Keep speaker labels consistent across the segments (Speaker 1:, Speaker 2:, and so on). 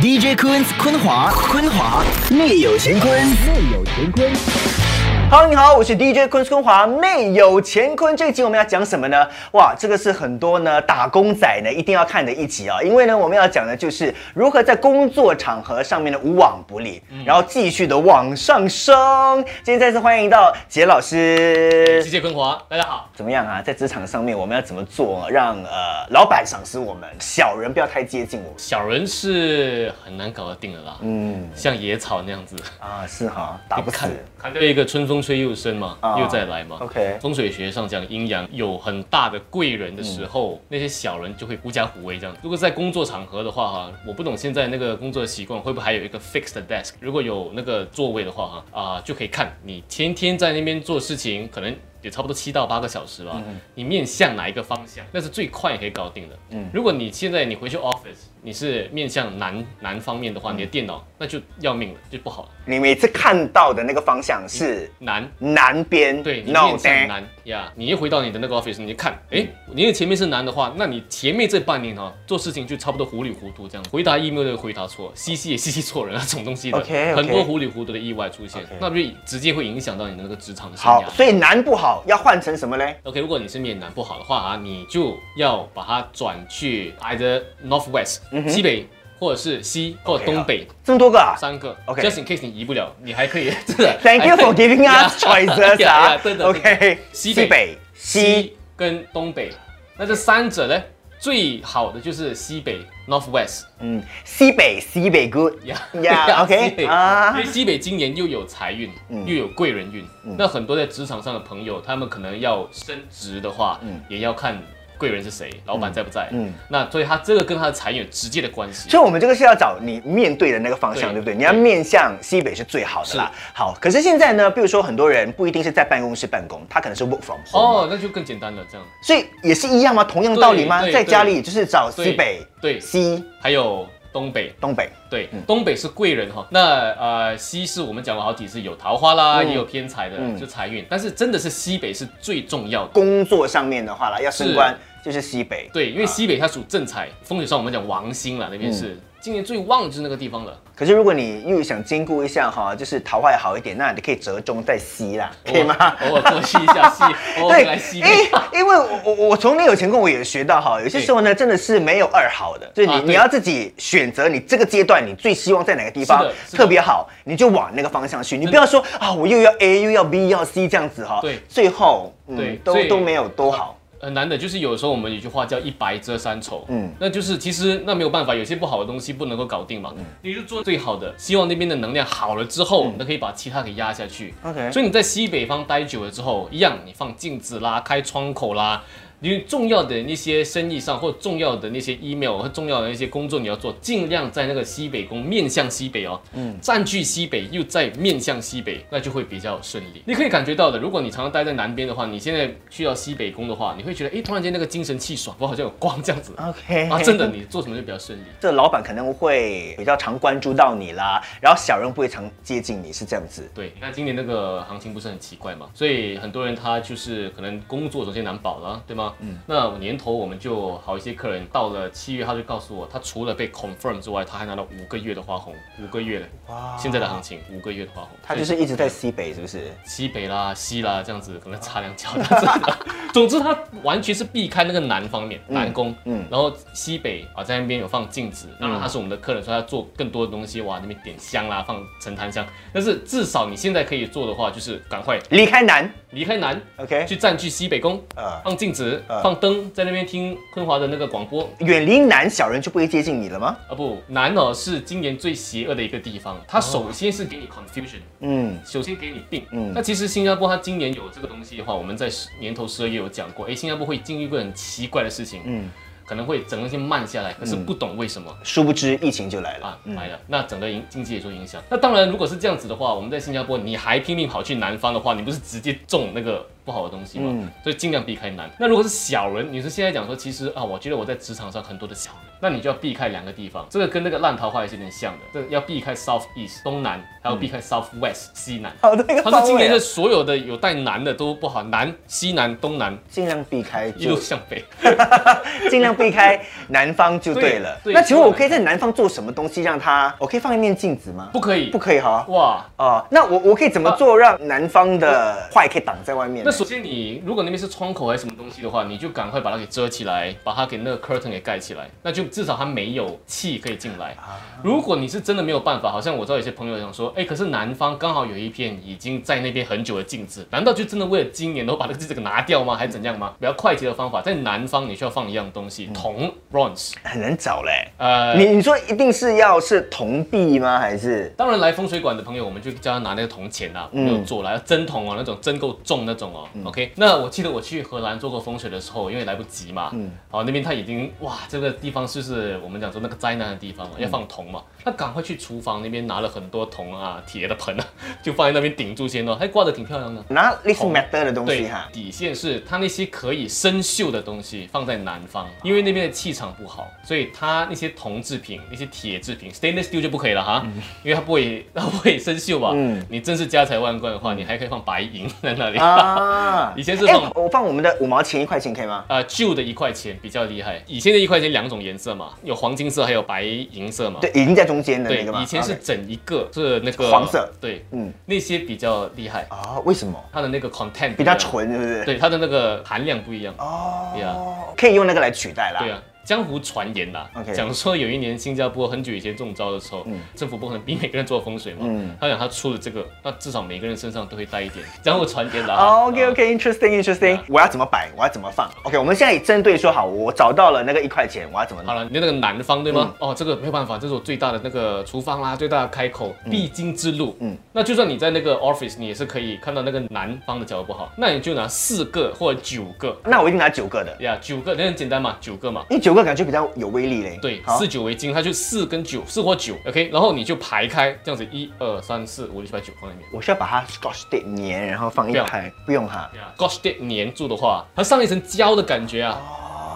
Speaker 1: DJ 坤坤华，坤华内有乾坤，内有乾坤。
Speaker 2: Hello，你好，我是 DJ 坤坤华，内有乾坤。这一集我们要讲什么呢？哇，这个是很多呢打工仔呢一定要看的一集啊、因为呢我们要讲的就是如何在工作场合上面呢无往不利，然后继续的往上升。今天再次欢迎到杰老师
Speaker 3: 谢，谢坤华，大家好。
Speaker 2: 怎么样啊？在职场上面我们要怎么做，让呃老板赏识我们，小人不要太接近我们。
Speaker 3: 小人是很难搞得定的啦，
Speaker 2: 嗯
Speaker 3: 像野草那样子，
Speaker 2: 啊，是哈，打不死
Speaker 3: 砍砍掉一个春风吹又生嘛，
Speaker 2: 啊
Speaker 3: 又再来嘛。
Speaker 2: OK
Speaker 3: 风水学上讲阴阳有很大的贵人的时候，那些小人就会狐假虎威这样。如果在工作场合的话哈，我不懂现在那个工作的习惯会不会还有一个 fixed desk，如果有那个座位的话哈啊、就可以看你天天在那边做事情，可能。也差不多七到八个小时吧，你面向哪一个方向，那是最快可以搞定的。如果你现在你回去 office，你是面向南南方面的话，你的电脑那就要命了，就不好了。
Speaker 2: 你每次看到的那个方向是
Speaker 3: 南
Speaker 2: 南边，
Speaker 3: 嗯对，你
Speaker 2: ，no
Speaker 3: 面
Speaker 2: d
Speaker 3: 向南呀你一回到你的那个 office，你就看，哎，你的前面是南的话，那你前面这半年哈、做事情就差不多糊里糊涂这样，回答 email 都回答错，吸吸也吸吸错人啊，这种东西的
Speaker 2: OK，OK
Speaker 3: 很多糊里糊涂的意外出现
Speaker 2: OK
Speaker 3: 那就直接会影响到你的那个职场生涯
Speaker 2: 好，。所以南不好，要换成什么嘞？
Speaker 3: OK，如果你是面南不好的话啊，你就要把它转去 either northwest、西
Speaker 2: 嗯
Speaker 3: 北，或者是西或者
Speaker 2: OK 啊
Speaker 3: 东北
Speaker 2: 这么多个啊？
Speaker 3: 三个。
Speaker 2: OK
Speaker 3: Just in case 你移不了，你还可以 真的。
Speaker 2: Thank you
Speaker 3: 还可
Speaker 2: for
Speaker 3: 以
Speaker 2: giving us
Speaker 3: Yeah,
Speaker 2: choices
Speaker 3: yeah,
Speaker 2: 啊
Speaker 3: yeah，真的。真的
Speaker 2: ！OK，
Speaker 3: 西
Speaker 2: 西
Speaker 3: 北
Speaker 2: 北西
Speaker 3: 西跟东北，那这三者呢，最好的就是西北 （Northwest）
Speaker 2: 嗯，西北西北 good
Speaker 3: 呀
Speaker 2: Yeah, OK，
Speaker 3: 西北
Speaker 2: 啊
Speaker 3: 因为西北今年又有财运，又有贵人运，
Speaker 2: 嗯
Speaker 3: 那很多在职场上的朋友，他们可能要升职的话，也要看贵人是谁，老板在不在。
Speaker 2: 嗯
Speaker 3: 嗯，那所以他这个跟他的财运有直接的关系。
Speaker 2: 所以我们这个是要找你面对的那个方向，对
Speaker 3: 对
Speaker 2: 不对？你要面向西北是最好的啦。好，可是现在呢，比如说很多人不一定是在办公室办公，他可能是 work from home，
Speaker 3: 哦，那就更简单了，这样。
Speaker 2: 所以也是一样吗？同样道理吗？
Speaker 3: 对对
Speaker 2: 在家里就是找
Speaker 3: 对
Speaker 2: 西北、
Speaker 3: 对，
Speaker 2: 西
Speaker 3: 还有东北，
Speaker 2: 东北。
Speaker 3: 对，东北是贵人哈，那呃西是我们讲了好几次，有桃花
Speaker 2: 嗯
Speaker 3: 啦，也有偏财的，就财运。但是真的是西北是最重要的，
Speaker 2: 工作上面的话啦，要升官就是西北。
Speaker 3: 对，因为西北它属正财，风水上我们讲王星啦，那边是、
Speaker 2: 嗯
Speaker 3: 今年最旺就是那个地方了。
Speaker 2: 可是如果你又想兼顾一下哈，就是桃花也好一点，那你可以折中在西啦，可以吗？
Speaker 3: 偶尔过去一 下西，偶尔哦来西北。
Speaker 2: 因因为我我我从你有钱跟我也学到哈，有些时候呢真的是没有二好的，所以你、
Speaker 3: 啊对
Speaker 2: 你要自己选择你这个阶段你最希望在哪个地方
Speaker 3: 是的是的
Speaker 2: 特别好，你就往那个方向去，你不要说啊我又要 A 又要 B 要 C 这样子哈，
Speaker 3: 对
Speaker 2: 最后
Speaker 3: 对
Speaker 2: 嗯
Speaker 3: 所
Speaker 2: 都
Speaker 3: 以
Speaker 2: 都没有都好，
Speaker 3: 很呃难的，就是有时候我们有句话叫“一白遮三丑”，
Speaker 2: 嗯
Speaker 3: 嗯，那就是其实那没有办法，有些不好的东西不能够搞定
Speaker 2: 嗯
Speaker 3: 嘛，你就做最好的，希望那边的能量好了之后，那可以把其他给压下去。
Speaker 2: OK
Speaker 3: 所以你在西北方待久了之后，一样你放镜子啦，开窗口啦。你重要的那些生意上，或重要的那些 email，或重要的那些工作你要做，尽量在那个西北宫面向西北哦，嗯，占据西北又在面向西北，那就会比较顺利。你可以感觉到的，如果你常常待在南边的话，你现在去到西北宫的话，你会觉得，哎，突然间那个精神气爽，我好像有光这样子
Speaker 2: OK
Speaker 3: 啊，真的，你做什么就比较顺利。
Speaker 2: 这老板可能会比较常关注到你啦，然后小人不会常接近你是这样子。
Speaker 3: 对，那今年那个行情不是很奇怪嘛，所以很多人他就是可能工作首先难保了，对吗？嗯，那年头我们就好一些客人到了七月，他就告诉我，他除了被 confirm 之外，他还拿了五个月的花红，五个月的，
Speaker 2: 哇
Speaker 3: 现在的行情五个月的花红，
Speaker 2: 他就是一直在西北，是不是？
Speaker 3: 西北啦、西啦这样子，可能擦两脚这样子。总之，他完全是避开那个南方面，南宫，
Speaker 2: 嗯
Speaker 3: 嗯，然后西北啊，在那边有放镜子，当然他是我们的客人，所以他做更多的东西，哇，那边点香啦，放沉檀香。但是至少你现在可以做的话，就是赶快
Speaker 2: 离开南
Speaker 3: 离开南，
Speaker 2: ，OK，
Speaker 3: 去占据西北宫，
Speaker 2: 呃，
Speaker 3: 放镜子
Speaker 2: 呃，
Speaker 3: 放灯，在那边听昆华的那个广播。
Speaker 2: 远离南，小人就不会接近你了吗？
Speaker 3: 啊不，南哦是今年最邪恶的一个地方，它首先是给你 confusion。
Speaker 2: 嗯。
Speaker 3: 首先给你定。
Speaker 2: 嗯
Speaker 3: 那其实新加坡它今年有这个东西的话，我们在十年头十二月有讲过，诶，新加坡会经历一个很奇怪的事情。
Speaker 2: 嗯
Speaker 3: 嗯，可能会整个先慢下来，可是不懂为什么。
Speaker 2: 殊不知疫情就来了
Speaker 3: 啊。，来
Speaker 2: 嗯
Speaker 3: 了，那整个影经济也受影响。那当然，如果是这样子的话，我们在新加坡，你还拼命跑去南方的话，你不是直接中那个不好的东西吗？
Speaker 2: 嗯
Speaker 3: 所以尽量避开南。那如果是小人，你是现在讲说，其实啊，我觉得我在职场上很多的小人，那你就要避开两个地方，这个跟那个烂桃花也是有点像的，这要避开 South East 东南，还有避开 South West 西南。
Speaker 2: 好的一个
Speaker 3: 他说
Speaker 2: 方
Speaker 3: 今年
Speaker 2: 位
Speaker 3: 的
Speaker 2: 啊，
Speaker 3: 所有的有带南的都不好，南、西南、东南
Speaker 2: 尽量避开
Speaker 3: 一路
Speaker 2: 就
Speaker 3: 向北。
Speaker 2: 尽量避开南方就对了。
Speaker 3: 对对
Speaker 2: 那请问我可以在南方做什么东西让它？我可以放一面镜子吗？
Speaker 3: 不可以
Speaker 2: 不可以哈。
Speaker 3: 哇，
Speaker 2: 哦，那我我可以怎么做让南方的坏可以挡在外面
Speaker 3: 那
Speaker 2: 呢？
Speaker 3: 首先你如果那边是窗口还是什么东西的话，你就赶快把它给遮起来，把它给那个 curtain 给盖起来，那就至少它没有气可以进来。如果你是真的没有办法，好像我知道有些朋友想说，哎，可是南方刚好有一片已经在那边很久的镜子，难道就真的为了今年都把这个这个拿掉吗？还是怎样吗？比较快捷的方法，在南方你需要放一样东西，铜 bronze，
Speaker 2: 很难找嘞。
Speaker 3: 呃，
Speaker 2: 你你说一定是要是铜币吗？还是
Speaker 3: 当然，来风水馆的朋友，我们就叫他拿那个铜钱啊，没有做来真铜哦，那种真够重那种哦。OK，那我记得我去荷兰做过风水的时候，因为来不及嘛，嗯，好那边他已经哇，这个地方就是我们讲说那个灾难的地方嘛，要放铜嘛，他赶快去厨房那边拿了很多铜啊、铁的盆啊，就放在那边顶住先哦，还挂的挺漂亮的。
Speaker 2: 拿 l i s t
Speaker 3: 铜
Speaker 2: matter 的东西
Speaker 3: 对
Speaker 2: 哈，？
Speaker 3: 底线是它那些可以生锈的东西放在南方，因为那边的气场不好，所以它那些铜制品、那些铁制品 （stainless steel） 就不可以了哈，因为它不会它不会生锈嘛。
Speaker 2: 嗯
Speaker 3: 你真是家财万贯的话，你还可以放白银在那里。
Speaker 2: 啊
Speaker 3: 以前是
Speaker 2: 哎
Speaker 3: 放
Speaker 2: 我放我们的五毛钱一块钱可以吗？
Speaker 3: 呃，旧的一块钱比较厉害，以前的一块钱两种颜色嘛，有黄金色还有白银色嘛。
Speaker 2: 对，已经在中间的那
Speaker 3: 对
Speaker 2: 个吗？
Speaker 3: 以前是
Speaker 2: OK
Speaker 3: 整一个是那个
Speaker 2: 黄色，
Speaker 3: 对，
Speaker 2: 嗯
Speaker 3: 那些比较厉害，
Speaker 2: 啊，为什么
Speaker 3: 它的那个 content
Speaker 2: 比较
Speaker 3: 不一样，
Speaker 2: 纯是不是？
Speaker 3: 对它的那个含量不一样。
Speaker 2: 哦
Speaker 3: Yeah
Speaker 2: 可以用那个来取代啦。
Speaker 3: 对啊，江湖传言啦
Speaker 2: OK
Speaker 3: 讲说有一年新加坡很久以前中招的时候，政府不可能逼每个人做风水嘛，
Speaker 2: 嗯
Speaker 3: 他讲他出了这个，那至少每个人身上都会带一点江湖传言啦。
Speaker 2: 哦、o k
Speaker 3: 啊
Speaker 2: OK interesting interesting，、
Speaker 3: Yeah
Speaker 2: 我要怎么摆，我要怎么放？OK，我们现在针对说好，我找到了那个一块钱，我要怎么
Speaker 3: 好
Speaker 2: 弄？
Speaker 3: 了，你的那个南方对
Speaker 2: 嗯
Speaker 3: 吗？哦，这个没有办法，这是我最大的那个厨房啦，最大的开口必经之路。
Speaker 2: 嗯
Speaker 3: 嗯，那就算你在那个 office，你也是可以看到那个南方的角不好，那你就拿四个或者九个
Speaker 2: 那我一定拿九个的，
Speaker 3: 呀，九个，那很简单嘛，九个嘛。
Speaker 2: 因为九个感觉比较有威力嘞。
Speaker 3: 对，
Speaker 2: 好
Speaker 3: 四，九为精，它就四跟九，四或九，OK，然后你就排开，这样子一二三四五六七八九放在里面。
Speaker 2: 我需要把它 Scotch tape 粘，然后放一
Speaker 3: 不要
Speaker 2: 排，不用哈。
Speaker 3: Gosh d i d 粘住的话，它上一层胶的感觉啊。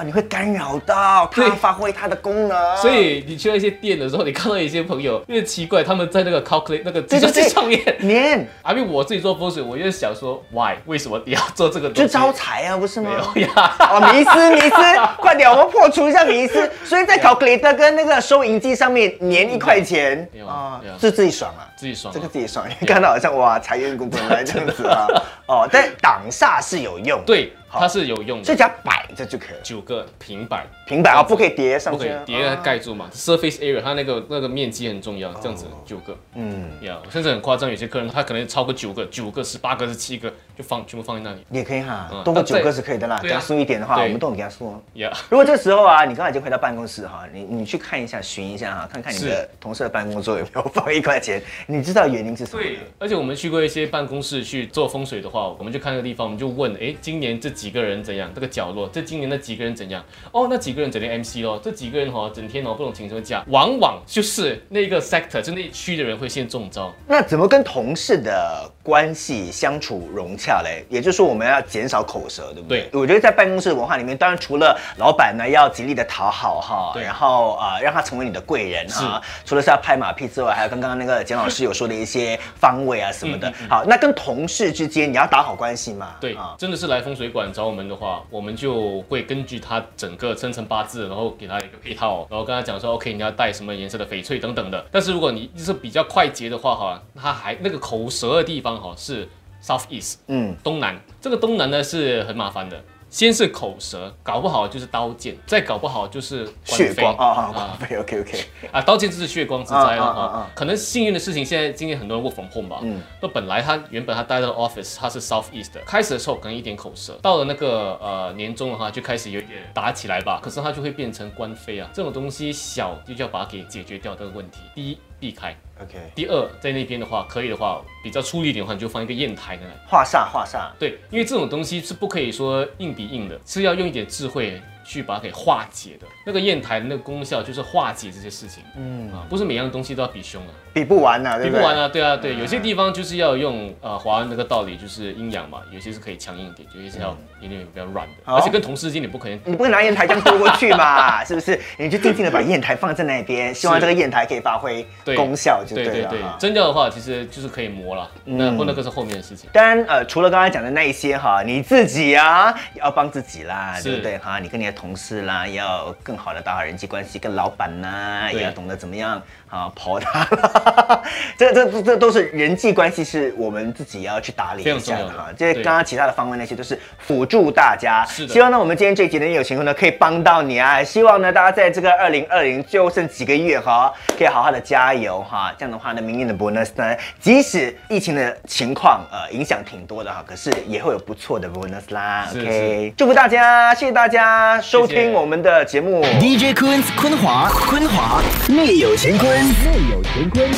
Speaker 2: 哦，你会干扰到它
Speaker 3: 对
Speaker 2: 发挥它的功能，
Speaker 3: 所以你去到一些店的时候，你看到一些朋友，因为奇怪他们在那个 calculate 那个计
Speaker 2: 对
Speaker 3: 算
Speaker 2: 对
Speaker 3: 器
Speaker 2: 对
Speaker 3: 上面。
Speaker 2: 粘
Speaker 3: 阿斌，我自己做风水，我就想说，why 为什么你要做这个东
Speaker 2: 就
Speaker 3: 西？
Speaker 2: 招财啊，不是吗
Speaker 3: 没？有呀，
Speaker 2: 哦，迷思 迷思，快点，我们破除一下迷思。所以在 calculator 跟那个收银机上面粘一块钱
Speaker 3: 没有
Speaker 2: 啊
Speaker 3: 没有，
Speaker 2: 是自己爽啊。
Speaker 3: 自己爽啊。
Speaker 2: 这个自己爽，因为看到好像哇财源滚滚来这样子啊， 哦，但挡煞是有用，，
Speaker 3: 对，
Speaker 2: 好
Speaker 3: 它是有用
Speaker 2: 所以
Speaker 3: 的。
Speaker 2: 只要摆着就可以了，
Speaker 3: 九个平板，
Speaker 2: 平板啊不可以叠上
Speaker 3: 不可
Speaker 2: 去
Speaker 3: 以
Speaker 2: 啊，
Speaker 3: 叠它盖住嘛，surface area 它那个那个面积很重要，这样子九个。
Speaker 2: 嗯，
Speaker 3: 呀，甚至很夸张，有些客人他可能超过九个，九个、十八个、十七个，就放全部放在那里。
Speaker 2: 也可以哈
Speaker 3: 嗯，
Speaker 2: 多过
Speaker 3: 啊
Speaker 2: 九
Speaker 3: 对
Speaker 2: 个是可以的啦，
Speaker 3: 对啊
Speaker 2: 加速一点的话，
Speaker 3: 对
Speaker 2: 我们都很给他说。
Speaker 3: 呀，
Speaker 2: 如果这时候啊，你刚才已经回到办公室哈，你你去看一下，寻一下哈，看看你的
Speaker 3: 是
Speaker 2: 同事的办公桌有没有放一块钱，你知道原因是什么？
Speaker 3: 对，，而且我们去过一些办公室去做风水的话，我们就看那个地方，我们就问，哎，今年这几个人怎样？这个角落，这今年那几个人怎样？哦，那几个人整天 MC 咯，这几个人哦，整天哦不懂请什么假，往往就是那个 sector，就那一区的人会先中招。
Speaker 2: 那怎么跟同事的关系相处融洽嘞？也就是说，我们要减少口舌，对不对？
Speaker 3: 对
Speaker 2: 我觉得在办公室文化里面，当然除了老板呢要极力的讨好哈，
Speaker 3: 对
Speaker 2: 然后啊、呃让他成为你的贵人哈，除了是要拍马屁之外，还有刚刚那个简老师有说的一些方位啊什么的。好，那跟同事之间你要打好关系嘛？
Speaker 3: 嗯
Speaker 2: 啊
Speaker 3: 对，真的是来风水馆找我们的话，我们就会根据他整个生辰八字，然后给他一个配套，然后跟他讲说，OK，你要带什么颜色的翡翠等等的。但是如果你就是比较快捷的话哈，他还那个口舌的地方哈是 South East，
Speaker 2: 嗯，
Speaker 3: 东南。这个东南呢是很麻烦的。先是口舌，搞不好就是刀剑，再搞不好就是官
Speaker 2: 血
Speaker 3: 非
Speaker 2: 光啊，
Speaker 3: 啊
Speaker 2: 光飞 OK OK，
Speaker 3: 啊，刀剑就是血光之灾了
Speaker 2: 啊啊啊
Speaker 3: 啊
Speaker 2: 啊。
Speaker 3: 可能幸运的事情，现在今天很多人 work from home 吧。
Speaker 2: 嗯
Speaker 3: 嗯。那本来他原本他待的 office 他是 South East 的，开始的时候可能一点口舌，到了那个呃年终的话就开始有一点打起来吧。可是他就会变成官非啊，这种东西小就要把它给解决掉这个问题。第一，避开；
Speaker 2: OK，
Speaker 3: 第二，在那边的话可以的话比较出力一点的话，你就放一个砚台在那里。
Speaker 2: 画煞画煞，
Speaker 3: 对，因为这种东西是不可以说硬比硬的，是要用一点智慧去把它给化解的。那个砚台的那个功效就是化解这些事情，嗯啊，不是每样东西都要比凶啊，
Speaker 2: 比不完呐、对
Speaker 3: 比
Speaker 2: 不
Speaker 3: 不
Speaker 2: 对？嗯
Speaker 3: 完啊，对啊，对，有些地方就是要用呃华文那个道理，就是阴阳嘛，有些是可以强硬一点，有些是要有点比较软的，
Speaker 2: 嗯好嗯
Speaker 3: 而且跟同事之间你不可能
Speaker 2: 你不能拿砚台这样丢过去 嘛，是不是？你就静静的把砚台放在那边，希望这个砚台可以发挥
Speaker 3: 对
Speaker 2: 功效就
Speaker 3: 对
Speaker 2: 对
Speaker 3: 对
Speaker 2: 了
Speaker 3: 对
Speaker 2: 哈，。嗯
Speaker 3: 真掉的话其实就是可以磨了，那不那个是后面的事情。
Speaker 2: 当然，呃，除了刚才讲的那一些哈，你自己啊也要帮自己啦，
Speaker 3: 是
Speaker 2: 对不对哈？你跟你的同事啦，也要有更好的打好人际关系，跟老板呐，
Speaker 3: 对
Speaker 2: 也要懂得怎么样啊跑他啦。 这这这这都是人际关系，是我们自己要去打理一下的
Speaker 3: 非常重要
Speaker 2: 哈
Speaker 3: 的。
Speaker 2: 这些
Speaker 3: 对
Speaker 2: 刚刚其他的方面那些都是辅助大家。
Speaker 3: 是的
Speaker 2: 希望呢，我们今天这一集的有情呢，可以帮到你啊。希望呢，大家在这个二零二零最后剩几个月哈，可以好好的加油哈。这样的话呢，明年的 bonus 呢，即使疫情的情况呃影响挺多的哈，可是也会有不错的 bonus 啦。
Speaker 3: 是
Speaker 2: OK，祝福大家，谢谢大家收
Speaker 3: 谢谢
Speaker 2: 听我们的节目。
Speaker 1: DJ 坤坤华，坤华，内有乾坤，内有乾坤。